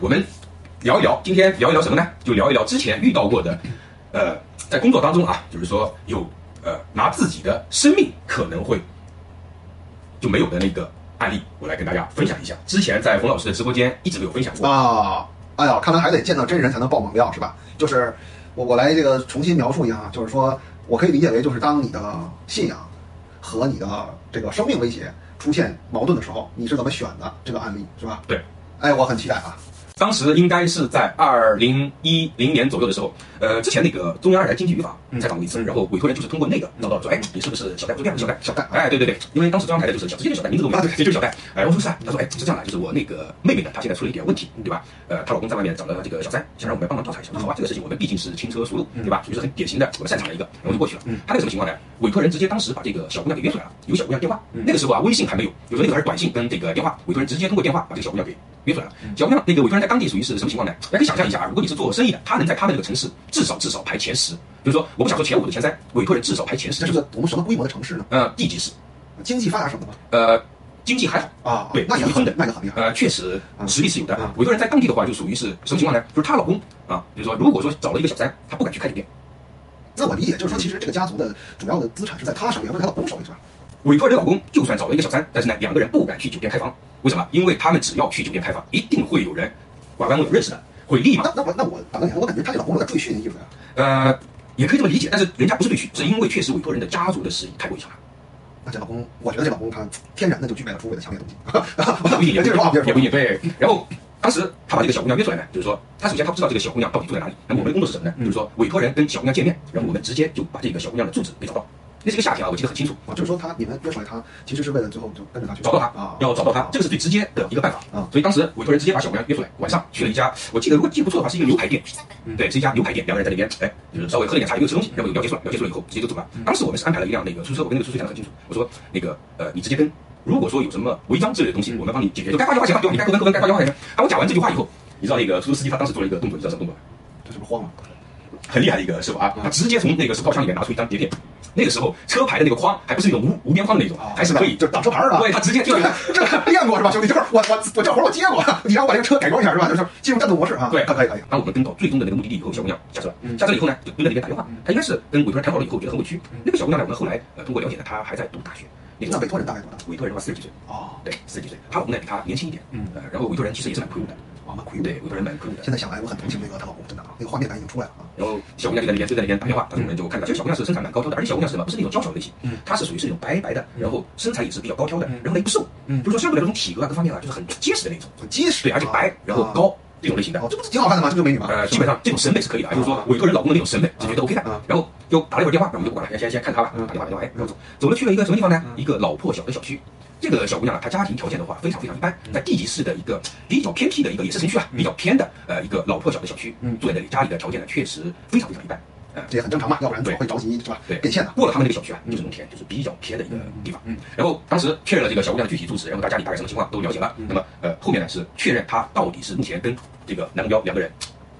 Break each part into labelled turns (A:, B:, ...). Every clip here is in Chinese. A: 我们聊一聊，今天聊一聊什么呢？就聊一聊之前遇到过的，呃，在工作当中啊，就是说有呃拿自己的生命可能会就没有的那个案例，我来跟大家分享一下。之前在冯老师的直播间一直都有分享过，
B: 啊，哎呀，看来还得见到真人才能爆猛料是吧？就是我我来这个重新描述一下啊，就是说我可以理解为就是当你的信仰和你的这个生命威胁出现矛盾的时候，你是怎么选的这个案例是吧？
A: 对。
B: 哎，我很期待啊！
A: 当时应该是在二零一零年左右的时候，呃，之前那个中央二台经济语法采访过一次，然后委托人就是通过那个闹到说，哎，你是不是小戴？我说对啊，我是小戴，
B: 小戴啊
A: 哎，对对对，因为当时中央台的就是小，直接就是小戴，名字都没有，
B: 啊对
A: 就是小戴。哎，我说是啊，他说，哎，是这样的，就是我那个妹妹呢，她现在出了一点问题，对吧？呃，她老公在外面找了这个小三，想让我们帮忙调查一下。我说好啊，这个事情我们毕竟是轻车熟路，对吧？属于是很典型的我们擅长的一个，然后就过去了。她那个什么情况呢？委托人直接当时把这个小姑娘给约出来了，有小姑娘电话，那个时候啊，微信还没有，有时候那个还是短信跟这个电话，委托人直接通过电话把这个小姑娘给约出来了。小姑娘那个委托人在当地属于是什么情况呢？大家可以想象一下啊，如果你是做生意的，他能在他们那个城市至少至少排前十，比如说我不想说前五或者前三，委托人至少排前十，
B: 这
A: 就是是
B: 个我们什么规模的城市呢？
A: 呃地级市，
B: 经济发达省的吗？
A: 呃经济还好。
B: 啊，
A: 对
B: 那也
A: 真
B: 很
A: 的
B: 那也很厉害。
A: 呃，确实
B: 啊
A: 实力是有的
B: 啊。
A: 委托人在当地的话，就属于是什么情况呢？就是她老公啊，比如说，如果说找了一个小三，她不敢去开酒店，
B: 那我理解就是说，其实这个家族的主要的资产是在她手里，而不是她老公手里，是吧？
A: 委托人的老公就算找了一个小三，但是呢，两个人不敢去酒店开房，为什么？因为他们只要去酒店开房，一定会有人拐弯抹角认识的，会立马
B: 那那我那我打断你，啊我感觉她这老公有点赘婿的意思啊。
A: 呃，也可以这么理解，但是人家不是对取，是因为确实委托人的家族的实力太过于强了。
B: 那这老公，我觉得这老公他天然的就具备了出轨的强烈动机。
A: 也不一定，也
B: 接
A: 不
B: 着说啊，接
A: 一定，也
B: 着说
A: 不一。定。对，然后当时他把这个小姑娘约出来呢，就是说，他首先他不知道这个小姑娘到底住在哪里。那么我们的工作是什么呢？就是说，委托人跟小姑娘见面，然后我们直接就把这个小姑娘的住址给找到。那是一个夏天啊，我记得很清楚，
B: 啊，就是说他你们约出来他，其实是为了最后就跟着他去
A: 找到她，
B: 啊，
A: 要找到她，这个是最直接的一个办法
B: 啊
A: 所以当时委托人直接把小姑娘约出来，晚上去了一家，我记得如果记得不错的话，是一个牛排店，对，是一家牛排店，两个人在那边，哎，就是稍微喝了点茶，也没有吃东西，然后有了解出来，了解出来以后直接就走了。
B: 嗯
A: 当时我们是安排了一辆那个出租车，我跟那个出租车讲得很清楚，我说那个呃，你直接跟。如果说有什么违章之类的
B: 嗯
A: 东西，我们帮你解决，就该罚就罚钱了，对吧？你该扣分扣分，该罚就罚钱。啊，我讲完这句话以后，你知道那个出租司机他当时做了一个动作，你知道什么动作吗？
B: 这是不是慌了？
A: 很厉害的一个师傅啊，
B: 嗯
A: 他直接从那个手套箱里面拿出一张碟片。那个时候车牌的那个框还不是那种无无边框的那种
B: 啊，
A: 还是可以，
B: 就是挡车牌儿的
A: 对，他直接就
B: 这这个练过是吧，兄弟？就是我我我这活儿我接过，你让我把这个车改装一下是吧？就是进入战斗模式啊。
A: 对
B: 可可以可以。
A: 当我们跟到最终的那个目的地以后，小姑娘下车了。
B: 嗯
A: 下车以后呢，就蹲在那边打电话。她应该是跟委托人谈好了以后，觉得很委屈。那个小姑娘呢，我们后来呃通过了解呢，她还在读大学。那
B: 那委
A: 委
B: 托人大概多大？
A: 委托人的话四十几岁，
B: 哦，
A: 对，四十几岁。她老公呢比她年轻一点，
B: 嗯
A: 呃，然后委托人其实也是蛮魁梧的，
B: 我们魁梧。
A: 对，委托人蛮魁梧的。
B: 现在想来，我很同情那个她老公，真的啊，那个画面感已经出来了啊。
A: 然后小姑娘就在那边就在那边打电话，当时我们就看到，哎其实小姑娘是身材蛮高挑的，而且小姑娘是什么？不是那种娇小的类型，
B: 嗯
A: 她是属于是那种白白的，然后身材也是比较高挑的，然后呢也不瘦，就是说相对来说从体格啊各方面啊就是很结实的那种，
B: 很结实，
A: 对，而且白
B: 啊
A: 然后，高这种类型的
B: 啊。哦，这不是挺好看的吗？这不就美女吗？
A: 呃，基本上这种审美是可以的，就是说委托人老公的那种审美是绝对 OK 的。然后又打了一会儿电话，那我们就不管了，先先先看他吧，打电话打电话，哎，然后走走了去了一个什么地方呢？一个老破小的小区。这个小姑娘啊，她家庭条件的话非常非常一般，在地级市的一个比较偏僻的一个也是城区啊，比较偏的呃一个老破小的小区，住在那里，家里的条件呢确实非常非常一般。呃，
B: 这也很正常嘛，要不然怎么会着急是吧？
A: 对，
B: 变现的。
A: 过了他们那个小区啊，就是农田，就是比较偏的一个地方。嗯，然后当时确认了这个小姑娘的具体住址，然后她家里大概什么情况都了解了。那么呃，后面呢是确认她到底是目前跟这个男公交两个人。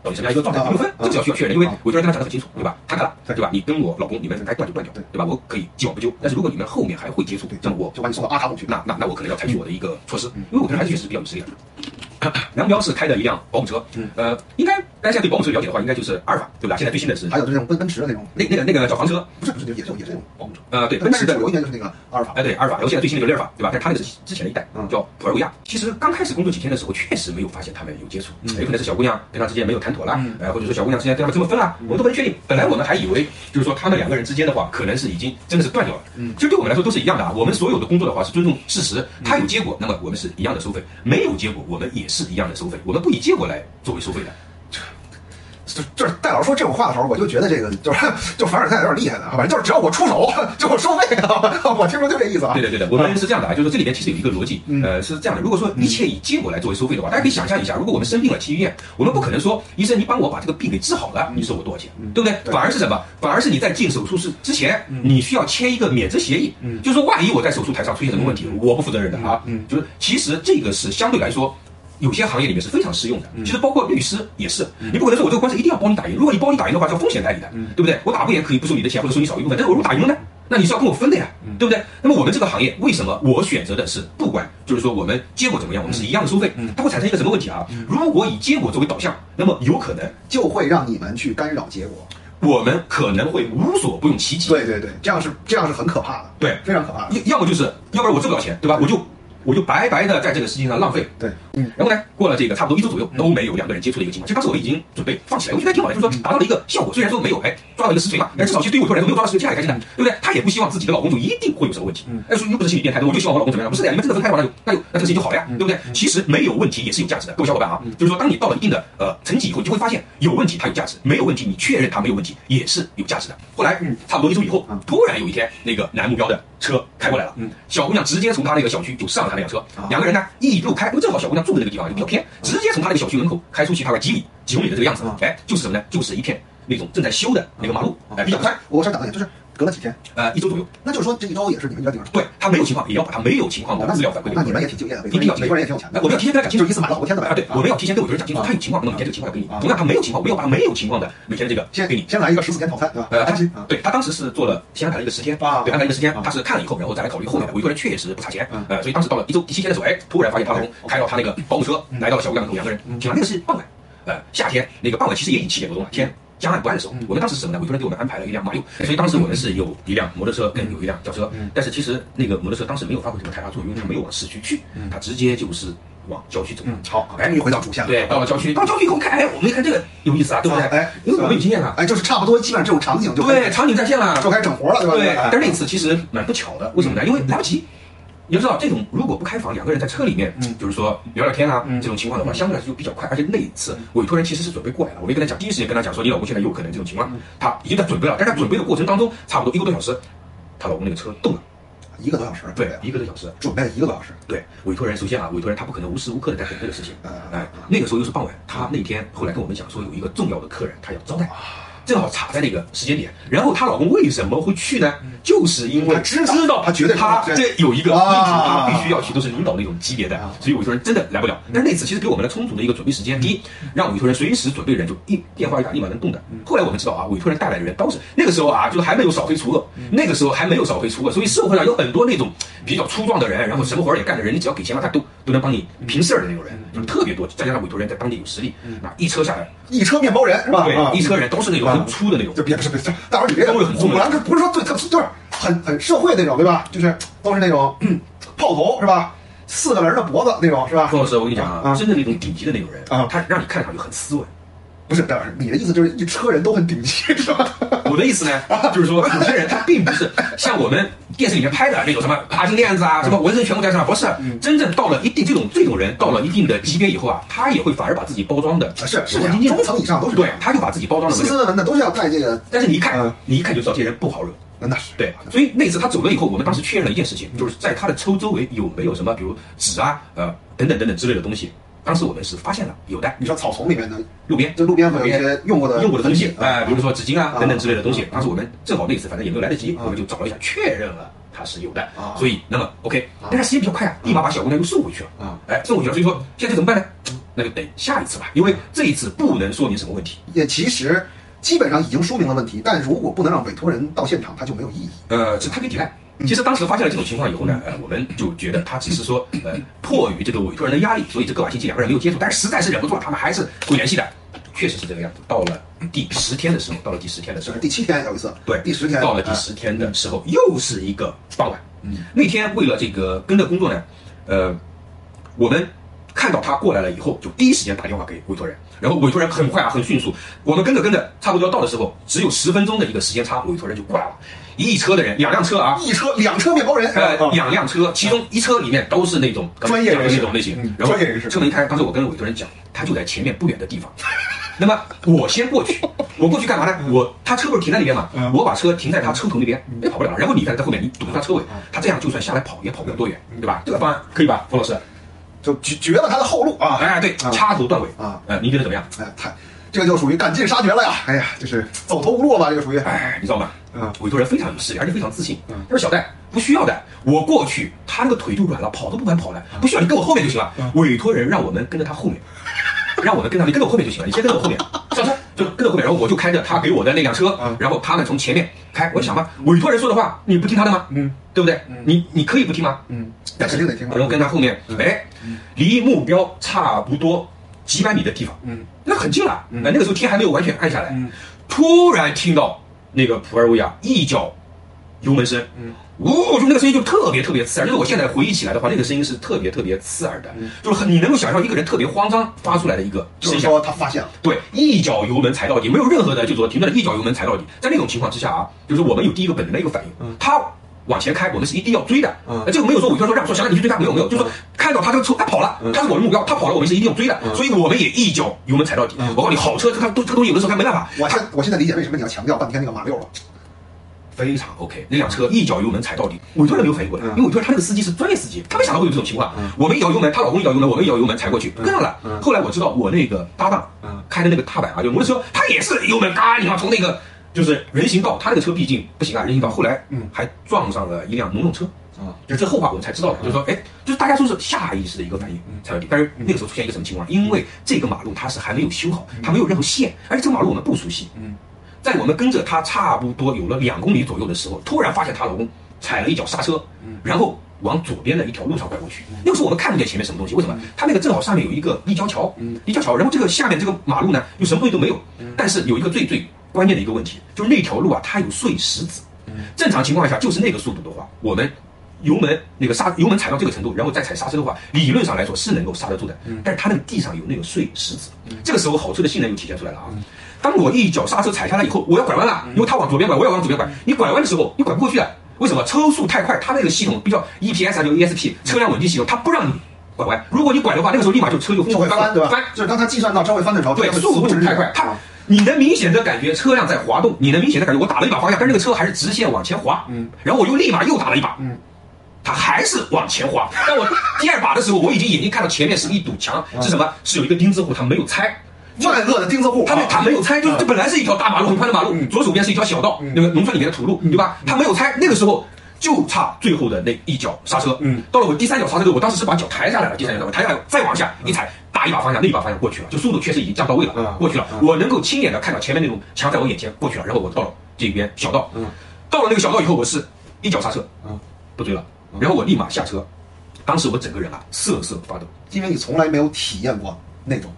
A: 到底什么样一个状态？
B: 啊
A: 评分，这个要需要确认，因为
B: 啊
A: 委托人跟他讲得很清楚，对吧？他看了，
B: 对
A: 对吧？你跟我老公，你们该断就断掉
B: 对，
A: 对吧？我可以既往不咎。但是如果你们后面还会接触，那么我
B: 就把你送到阿卡姆去。
A: 那那那我可能要采取我的一个措施，因为我觉得还是确实比较有实力的。南标是开的一辆保姆车，呃，应该大家现在对保姆车了解的话，应该就是阿尔法，对不对？现在最新的是
B: 还有就是那种奔奔驰的那种，
A: 那那个那个小黄车，
B: 不是不是，也是也是那种保姆车。
A: 呃，对，奔
B: 但是
A: 驰的
B: 主流应该就是那个阿尔法。
A: 哎，对，阿尔法，然后现在最新的就是阿尔法，对吧？但是它那个是之前的一代
B: 嗯，
A: 叫普尔维亚。其实刚开始工作几天的时候，确实没有发现他们有接触，有可能是小姑娘跟他之间没有谈妥啦，呃，或者说小姑娘之间跟他们这么分啦，我们都不能确定。本来我们还以为就是说他们两个人之间的话，可能是已经真的是断掉了。其实对我们来说都是一样的啊。我们所有的工作的话是尊重事实，它有结果，那么我们是一样的收费；没有结果，我们也是一样的收费。我们不以结果来作为收费的。
B: 就就是戴老师说这种话的时候，我就觉得这个就是就凡尔赛有点厉害的，反正就是只要我出手就收费啊， 我听说就这意思啊。
A: 对的，对的，我们是这样的啊，就是说这里面其实有一个逻辑，呃，是这样的。如果说一切以结果来作为收费的话，大家可以想象一下，如果我们生病了去医院，我们不可能说医生你帮我把这个病给治好了，你收我多少钱，对嗯不对？嗯
B: 对
A: 反而是什么？反而是你在进手术室之前，你需要签一个免责协议，就是说万一我在手术台上出现什么问题，我不负责任的啊。就是其实这个是相对来说。有些行业里面是非常适用的，其实包括律师也是。你不可能说我这个官司一定要帮你打赢，如果你帮你打赢的话，叫风险代理的，对不对？我打不赢可以不收你的钱，或者收你少一部分，但是我如果打赢了呢，那你是要跟我分的呀，对不对？那么我们这个行业为什么我选择的是不管，就是说我们结果怎么样，我们是一样的收费，它会产生一个什么问题啊？如果以结果作为导向，那么有可能
B: 就会让你们去干扰结果。
A: 我们可能会无所不用其极，
B: 对对对，这样是这样是很可怕的，
A: 对
B: 非常可怕的。
A: 要要么就是，要不然我挣不了钱，对吧？我就我就白白的在这个事情上浪费。
B: 对，
A: 然后呢，过了这个差不多一周左右，都没有两个人接触的一个情况。其实当时我已经准备放弃了，我觉得挺好的，就是说达到了一个效果。虽然说没有哎抓到一个实锤嘛，但至少其实对于我个人没有抓到实锤，他也开心的，对不对？他也不希望自己的老公就一定会有什么问题。哎，说又不是心理变态，我就希望我老公怎么样？不是的呀，你们真的分开完了，那就那这个事情就好了呀，对不对？其实没有问题也是有价值的，各位小伙伴啊，就是说当你到了一定的呃层级以后，你就会发现有问题它有价值，没有问题你确认它没有问题也是有价值的。后来差不多一周以后，突然有一天那个男目标的车开过来了，小姑娘直接从他那个小区就上了他那辆车，两个人呢一路开，因为正好小姑娘住的那个地方就比较偏，直接从他那个小区门口开出去大概几米几公里的这个样子
B: 啊，
A: 哎，就是什么呢？就是一片那种正在修的那个马路，
B: 哦
A: 哎，比较宽，
B: 我稍等一下，就是隔了几天，
A: 呃，一周左右。
B: 那就是说这一周也是你们一个地方。
A: 对他没有情况，也哦要把他没有情况的资料反馈给
B: 哦那你们也挺敬业的，
A: 一定要哎
B: 美国人也挺有钱的。
A: 我们要提前跟他讲清楚
B: 就是一次买老多天的呗。
A: 啊，对，我们
B: 要哦
A: 要提前跟我觉得讲清楚，他有情况，那么每天这个情况要给你。同样，他没有情况，我要把他没有情况的每天的这个
B: 先
A: 给你。
B: 先来一个十四天套餐，对吧？
A: 呃，他
B: 安心啊。
A: 对他当时是做了，先安排了一个时间，
B: 啊
A: 对，安排一个时间
B: 啊，
A: 他是看了以后，然后再来考虑后面的。我一个人确实不差钱
B: 嗯，
A: 呃，所以当时到了一周第七天的时候，哎，突然发现她老公
B: OK，
A: 开到他那个保姆车，来到了小姑娘门口，两个人，挺那个是傍晚，呃，夏天那个傍晚其实也已经七点多钟了，天。江岸不暗的时候，我们当时是什么呢？委托人给我们安排了一辆马六，所以当时我们是有一辆摩托车跟有一辆轿车，但是其实那个摩托车当时没有发挥什么太大作用，因为它没有往市区去，它直接就是往郊区走。
B: 好，
A: 哎
B: 终于回到主线了。
A: 对，到了郊区，到郊区以后看，哎，我们一看这个有意思啊，对不对？
B: 哎
A: 因为我们有经验啊，
B: 哎，就是差不多，基本上这种场景就
A: 对，场景再现了，
B: 就啊开始整活了，对吧？
A: 对，嗯
B: 哎
A: 但是那次其实蛮不巧的，为什么呢？因为来不及。你要知道，这种如果不开房，两个人在车里面，就是说聊聊天啊，这种情况的话，相对来说就比较快。而且那一次，委托人其实是准备过来了，我没跟他讲，第一时间跟他讲说，你老公现在有可能这种情况，他已经在准备了，但是他准备的过程当中，差不多一个多小时，她老公那个车动了，
B: 一个多小时，
A: 对
B: 啊，
A: 一个多小时。
B: 准备了一个多小时，
A: 对，委托人首先啊，委托人他不可能无时无刻的在等这个事情
B: 嗯，
A: 哎，那个时候又是傍晚，他那天后来跟我们讲说有一个重要的客人他要招待，
B: 啊
A: 正好卡在那个时间点。然后她老公为什么会去呢？就是因为
B: 他嗯知道他
A: 他
B: 绝对知道
A: 他这有一个
B: 啊
A: 命题他必须要去，都是领导那种级别的
B: 啊，嗯
A: 所以委托人真的来不了。但是那次其实给我们了充足的一个准备时间，第一，让委托人随时准备人就一电话一打立马能动的。
B: 嗯
A: 后来我们知道啊，委托人带来的人都是那个时候啊，就是还没有扫黑除恶，
B: 嗯
A: 那个时候还没有扫黑除恶，所以社会上有很多那种比较粗壮的人，然后什么活儿也干的人，你只要给钱了，他都都能帮你
B: 嗯
A: 平事儿的那种人，就是特别多。再加上委托人在当地有实力，啊，一车下来，
B: 一车面包人是吧？嗯啊
A: 对，一车人都是那种很粗的那种，
B: 就别不是别，大伙儿你这个
A: 都是很重
B: 虎
A: 的
B: 狼，这不是说对特就是很很社会那种，对吧？就是都是那种嗯炮头是吧？四个人的脖子那种是吧？
A: 宋老师，我跟你讲啊，
B: 啊
A: 真的那种顶级的那种人
B: 啊
A: 他让你看上去很斯文。
B: 不是，大老师，你的意思就是一车人都很顶级是吧？
A: 我的意思呢，就是说有些人他并不是像我们电视里面拍的那种什么爬行链子啊，什么纹身全部在身上，不是。
B: 嗯
A: 真正到了一定这种这种人到了一定的级别以后啊，他也会反而把自己包装的
B: 啊是是
A: 是
B: 这样中层以上都是这
A: 对
B: 样，
A: 他就把自己包装的
B: 斯斯文文的都是要带这个，
A: 但是你一看，
B: 嗯
A: 你一看就知道这人不好惹。
B: 那那是
A: 对，所以那次他走了以后，我们当时确认了一件事情，就是在他的抽周围有没有什么，比如纸啊、呃等等等等之类的东西。当时我们是发现了有的，
B: 你说草丛里面的，
A: 路边
B: 就路边会有一些用过的
A: 用过的东西，哎、
B: 啊
A: 比如说纸巾啊
B: 啊
A: 等等之类的东西
B: 啊。
A: 当时我们正好那次反正也没有来得及，
B: 啊
A: 我们就找了一下，确认了它是有的。
B: 啊
A: 所以那么 OK，但是时间比较快啊，立马把小姑娘又送回去了。
B: 啊，
A: 哎，送回去了，所以说现在怎么办呢？那就等下一次吧，因为这一次不能说明什么问题。
B: 也其实基本上已经说明了问题，但如果不能让委托人到现场，它就没有意义。
A: 呃，是他可以抵赖。
B: 嗯
A: 其实当时发现了这种情况以后呢，呃，我们就觉得他只是说，呃，迫于这个委托人的压力，所以这个晚星期两个人没有接触，但是实在是忍不住了，他们还是会联系的。确实是这个样子。到了第十天的时候，到了第十天的时
B: 就
A: 候
B: 是，第七天有一次，
A: 对，
B: 第十天啊
A: 到了第，十天的时候，又是一个傍晚。嗯，那天为了这个跟着工作呢，呃，我们看到他过来了以后，就第一时间打电话给委托人，然后委托人很快啊，很迅速，我们跟着跟着，差不多要到的时候，只有十分钟的一个时间差，委托人就过来了，一车的人，两辆车啊
B: 哎。一车两车面包人，
A: 呃
B: 啊，
A: 两辆车，其中一车里面都是那种刚才
B: 专业人士
A: 讲的那种类型
B: 嗯，
A: 然后
B: 专业人士
A: 车门一开，当时我跟委托人讲，他就在前面不远的地方。 那么我先过去， 我过去干嘛呢？我他车不是停在那边嘛
B: 嗯，
A: 我把车停在他车头那边，也跑不了。然后你再在后面，你堵住他车尾，他这样就算下来跑也跑不了多远，
B: 嗯
A: 对吧？这个方案可以吧，冯老师？
B: 就绝绝了他的后路啊！
A: 哎，对，
B: 啊
A: 掐头断尾
B: 啊
A: 呃，您觉得怎么样？
B: 哎，太，这个就属于赶尽杀绝了呀！哎呀，就是走投无路了吧，这个属于。
A: 哎，你知道吗？
B: 嗯
A: 委托人非常有势力，而且非常自信
B: 嗯。
A: 他说：“小戴，不需要的，我过去，他那个腿就软了，跑都不敢跑了，
B: 嗯
A: 不需要，你 跟我后面就行了。”委托人让我们跟着他后面，让我们跟他，你跟着我后面就行了，你先跟着我后面，上车，就跟着后面，然后我就开着他给我的那辆车
B: 嗯，
A: 然后他们从前面开，我就想嘛，委托人说的话你不听他的吗？
B: 嗯，
A: 对不对？你你可以不听吗？
B: 嗯，那肯定得听
A: 然后
B: 嘛。
A: 跟他后面，哎，离目标差不多几百米的地方，
B: 嗯，
A: 那很近了，那那个时候天还没有完全暗下来
B: 嗯，
A: 突然听到那个普尔维亚一脚油门声，
B: 嗯
A: 呜，就那个声音就特别特别刺耳，就是我现在回忆起来的话，那个声音是特别特别刺耳的，就是很你能够想象一个人特别慌张发出来的一个
B: 嗯就
A: 声
B: 是
A: 响。
B: 说他发现了，
A: 对，一脚油门踩到底，没有任何的，就是说停顿，一脚油门踩到底。在那种情况之下啊，就是我们有第一个本能的一个反应，他往前开，我们是一定要追的。
B: 嗯
A: 呃这个没有说我跟他说让说想让你去追他，没有没有，就是说看到他这个车，他跑
B: 嗯
A: 了，他是我们目标，他跑了，我们是一定要追的，所以我们也一脚油门踩到底。我告诉你，好车它都这个东西有的时候它没办法，
B: 嗯我
A: 它
B: 现我现在理解为什么你要强调半天那个马六了。
A: 非常 OK，那辆车一脚油门踩到底，委托人没有反应过来，
B: 嗯
A: 因为委托人他那个司机是专业司机，他没想到会有这种情况。我们一脚油门，她老公一脚油门，我们一脚油门踩过去，跟上了。后来我知道我那个搭档
B: 嗯
A: 开的那个踏板啊，就摩托车，他也是油门嘎，你看从那个就是人行道，他那个车毕竟不行啊，人行道后来
B: 嗯
A: 还撞上了一辆农用车。
B: 啊，
A: 就这后话我们才知道的，就是说，哎，就是大家都是下意识的一个反
B: 嗯
A: 应才有底。但是那个时候出现一个什么情况？因为这个马路它是还没有修好，它没有任何线，而且这个马路我们不熟悉。
B: 嗯，
A: 在我们跟着它差不多有了两公里左右的时候，突然发现她老公踩了一脚刹车，然后往左边的一条路上拐过去。那个时候我们看不见前面什么东西，为什么？它那个正好上面有一个立交桥，立交桥，然后这个下面这个马路呢，有什么东西都没有。但是有一个最最关键的一个问题，就是那条路啊，它有碎石子。正常情况下，就是那个速度的话，我们油门那个刹油门踩到这个程度，然后再踩刹车的话，理论上来说是能够刹得住的。
B: 嗯
A: 但是它那个地上有那个碎石子，这个时候好车的性能又体现出来了啊。当我一脚刹车踩下来以后，我要拐弯
B: 嗯
A: 了，因为它往左边拐，我也往左边拐。你拐弯的时候，你拐不过去的，啊为什么？车速太快，它那个系统比较 EPS 啊，就 ESP 车辆稳定系统，它不让你拐弯。如果你拐的话，那个时候立马就车就
B: 就会翻，对吧
A: 翻？
B: 就是当他计算到车会翻的时候，
A: 啊对，
B: 这个
A: 速度
B: 直
A: 太快，它
B: 啊
A: 你能明显的感觉车辆在滑动，你能明显的感觉我打了一把方向，但是那个车还是直线往前滑，
B: 嗯，
A: 然后我又立马又打了一把，
B: 嗯，
A: 它还是往前滑。但我第二把的时候，我已经眼睛看到前面是一堵墙，是什么？是有一个丁字户，它没有拆。
B: 万恶的钉子户，
A: 他没
B: 啊嗯
A: 他没有拆，就是这本来是一条大马路，很宽的马路，左手边是一条小道，那个农村里面的土路，对吧？他没有拆，那个时候就差最后的那一脚刹车。
B: 嗯，
A: 到了我第三脚刹车的时候，我当时是把脚抬下来了，第三脚我抬下来再往下一踩，打一把方向，那一把方向过去了，就速度确实已经降到位了
B: 嗯，
A: 过去了。我能够亲眼的看到前面那种墙在我眼前过去了，然后我到了这边小道，
B: 嗯，
A: 到了那个小道以后，我是一脚刹车，
B: 嗯，
A: 不追了，然后我立马下车，当时我整个人啊瑟瑟发抖，
B: 因为你从来没有体验过那种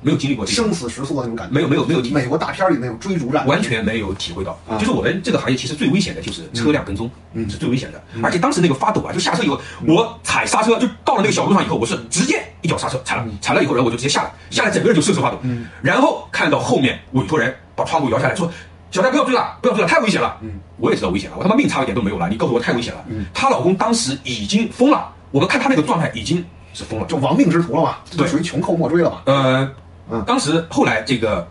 A: 没有经历过这个，
B: 生死时速的那种感觉，
A: 没有没有没有体验
B: 美国大片里那种追逐战，
A: 完全没有体会到
B: 啊，
A: 就是我们这个行业其实最危险的就是车辆跟踪，是最危险的。而且当时那个发抖啊，就下车以后，我踩刹车就到了那个小路上以后，我是直接一脚刹车踩了，踩了以后，然后我就直接下来，下来整个人就瑟瑟发抖。然后看到后面委托人把窗户摇下来说。小戴不要追了，不要追了，太危险了。我也知道危险了，我他妈命差一点都没有了。你告诉我太危险了。她老公当时已经疯了，我们看她那个状态已经是疯了，
B: 就亡命之徒了嘛，这就
A: 对
B: 属于穷寇莫追了嘛。
A: 呃
B: 嗯，
A: 当时后来这个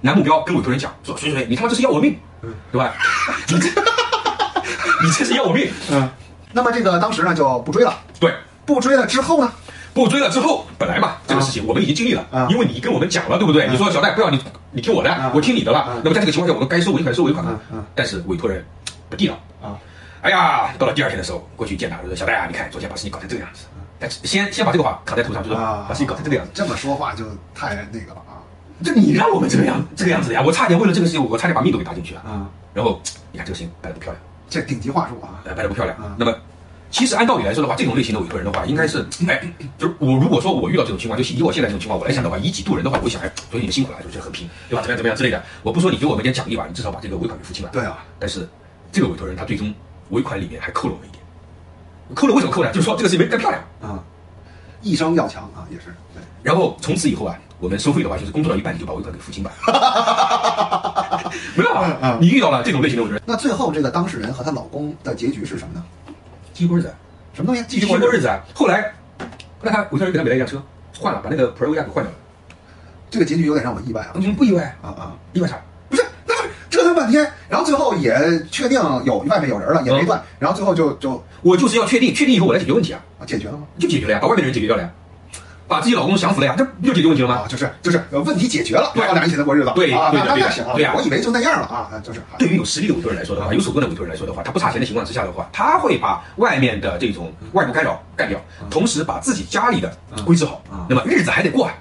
A: 男目标跟委托人讲说：“水水，你他妈这是要我命，
B: 嗯
A: 对吧？ 你这你这是要我命。
B: 嗯，那么这个当时呢就不追了，”
A: 对，
B: 不追了之后呢，
A: 不追了之后，本来嘛这个事情我们已经经历了
B: 啊，
A: 因为你跟我们讲了，对不对？你说小戴不要你，你听我
B: 啊
A: 的，我听你的
B: 啊
A: 了。那么在这个情况下，我们该收尾款收尾款了
B: 啊啊。
A: 但是委托人不地道
B: 啊。
A: 哎呀，到了第二天的时候，过去见他，我说：“小戴啊，你看昨天把事情搞成这个样子。”但是先先把这个话扛在头上，就说
B: 啊，
A: 把事情搞成这个样子。
B: 这么说话就太那个了啊
A: 这你让我们这个样这个样子的呀，我差点为了这个事情，我差点把命都给搭进去啊。
B: 啊！
A: 然后你看这个形摆的不漂亮，
B: 这顶级话术啊，
A: 呃，摆的不漂亮。
B: 嗯
A: 那么，其实按道理来说的话，这种类型的委托人的话，应该是，哎，就是我如果说我遇到这种情况，就是以我现在这种情况我来想的话，以己度人的话，我会想，哎，所以你们辛苦了，就是很拼，对吧？怎么样怎么样之类的。我不说你给我们点奖励吧，你至少把这个尾款给付清吧。
B: 对啊，
A: 但是这个委托人他最终尾款里面还扣了我们一点，扣了为什么扣呢？就是说这个事情没干漂亮。
B: 啊，一生要强啊，也是对。
A: 然后从此以后啊，我们收费的话就是工作到一半你就把尾款给付清吧。没办
B: 嗯嗯
A: 法，你遇到了这种类型的委托人，
B: 那最后这个当事人和她老公的结局是什么呢？
A: 鸡窝子。
B: 什么东西？
A: 继续过日子啊。后来，那他委托人给他买了一辆车，换了，把那个普尔维亚给换掉了。
B: 这个结局有点让我意外啊
A: 你们不意外？
B: 啊啊！
A: 意外啥？
B: 不是，那折腾半天，然后最后也确定有外面有人了，也没断，然后最后就就
A: 我就是要确定，确定以后我来解决问题啊，
B: 啊解决了吗？
A: 就解决了呀，把外面的人解决掉了呀，把自己老公降服了呀，这不就解决问题了吗？
B: 啊，就是就是呃问题解决了，
A: 对
B: 然后俩人一起能过日子，
A: 对
B: 啊，
A: 对
B: 那
A: 的
B: 那
A: 对的
B: 那行啊
A: 对呀，
B: 我以为就那样了啊，那就是
A: 对于有实力的委托人来说的话，有手段的委托人来说的话，他不差钱的情况之下的话，他会把外面的这种外部干扰干掉，同时把自己家里的
B: 嗯
A: 规制好
B: 嗯，
A: 那么日子还得过啊。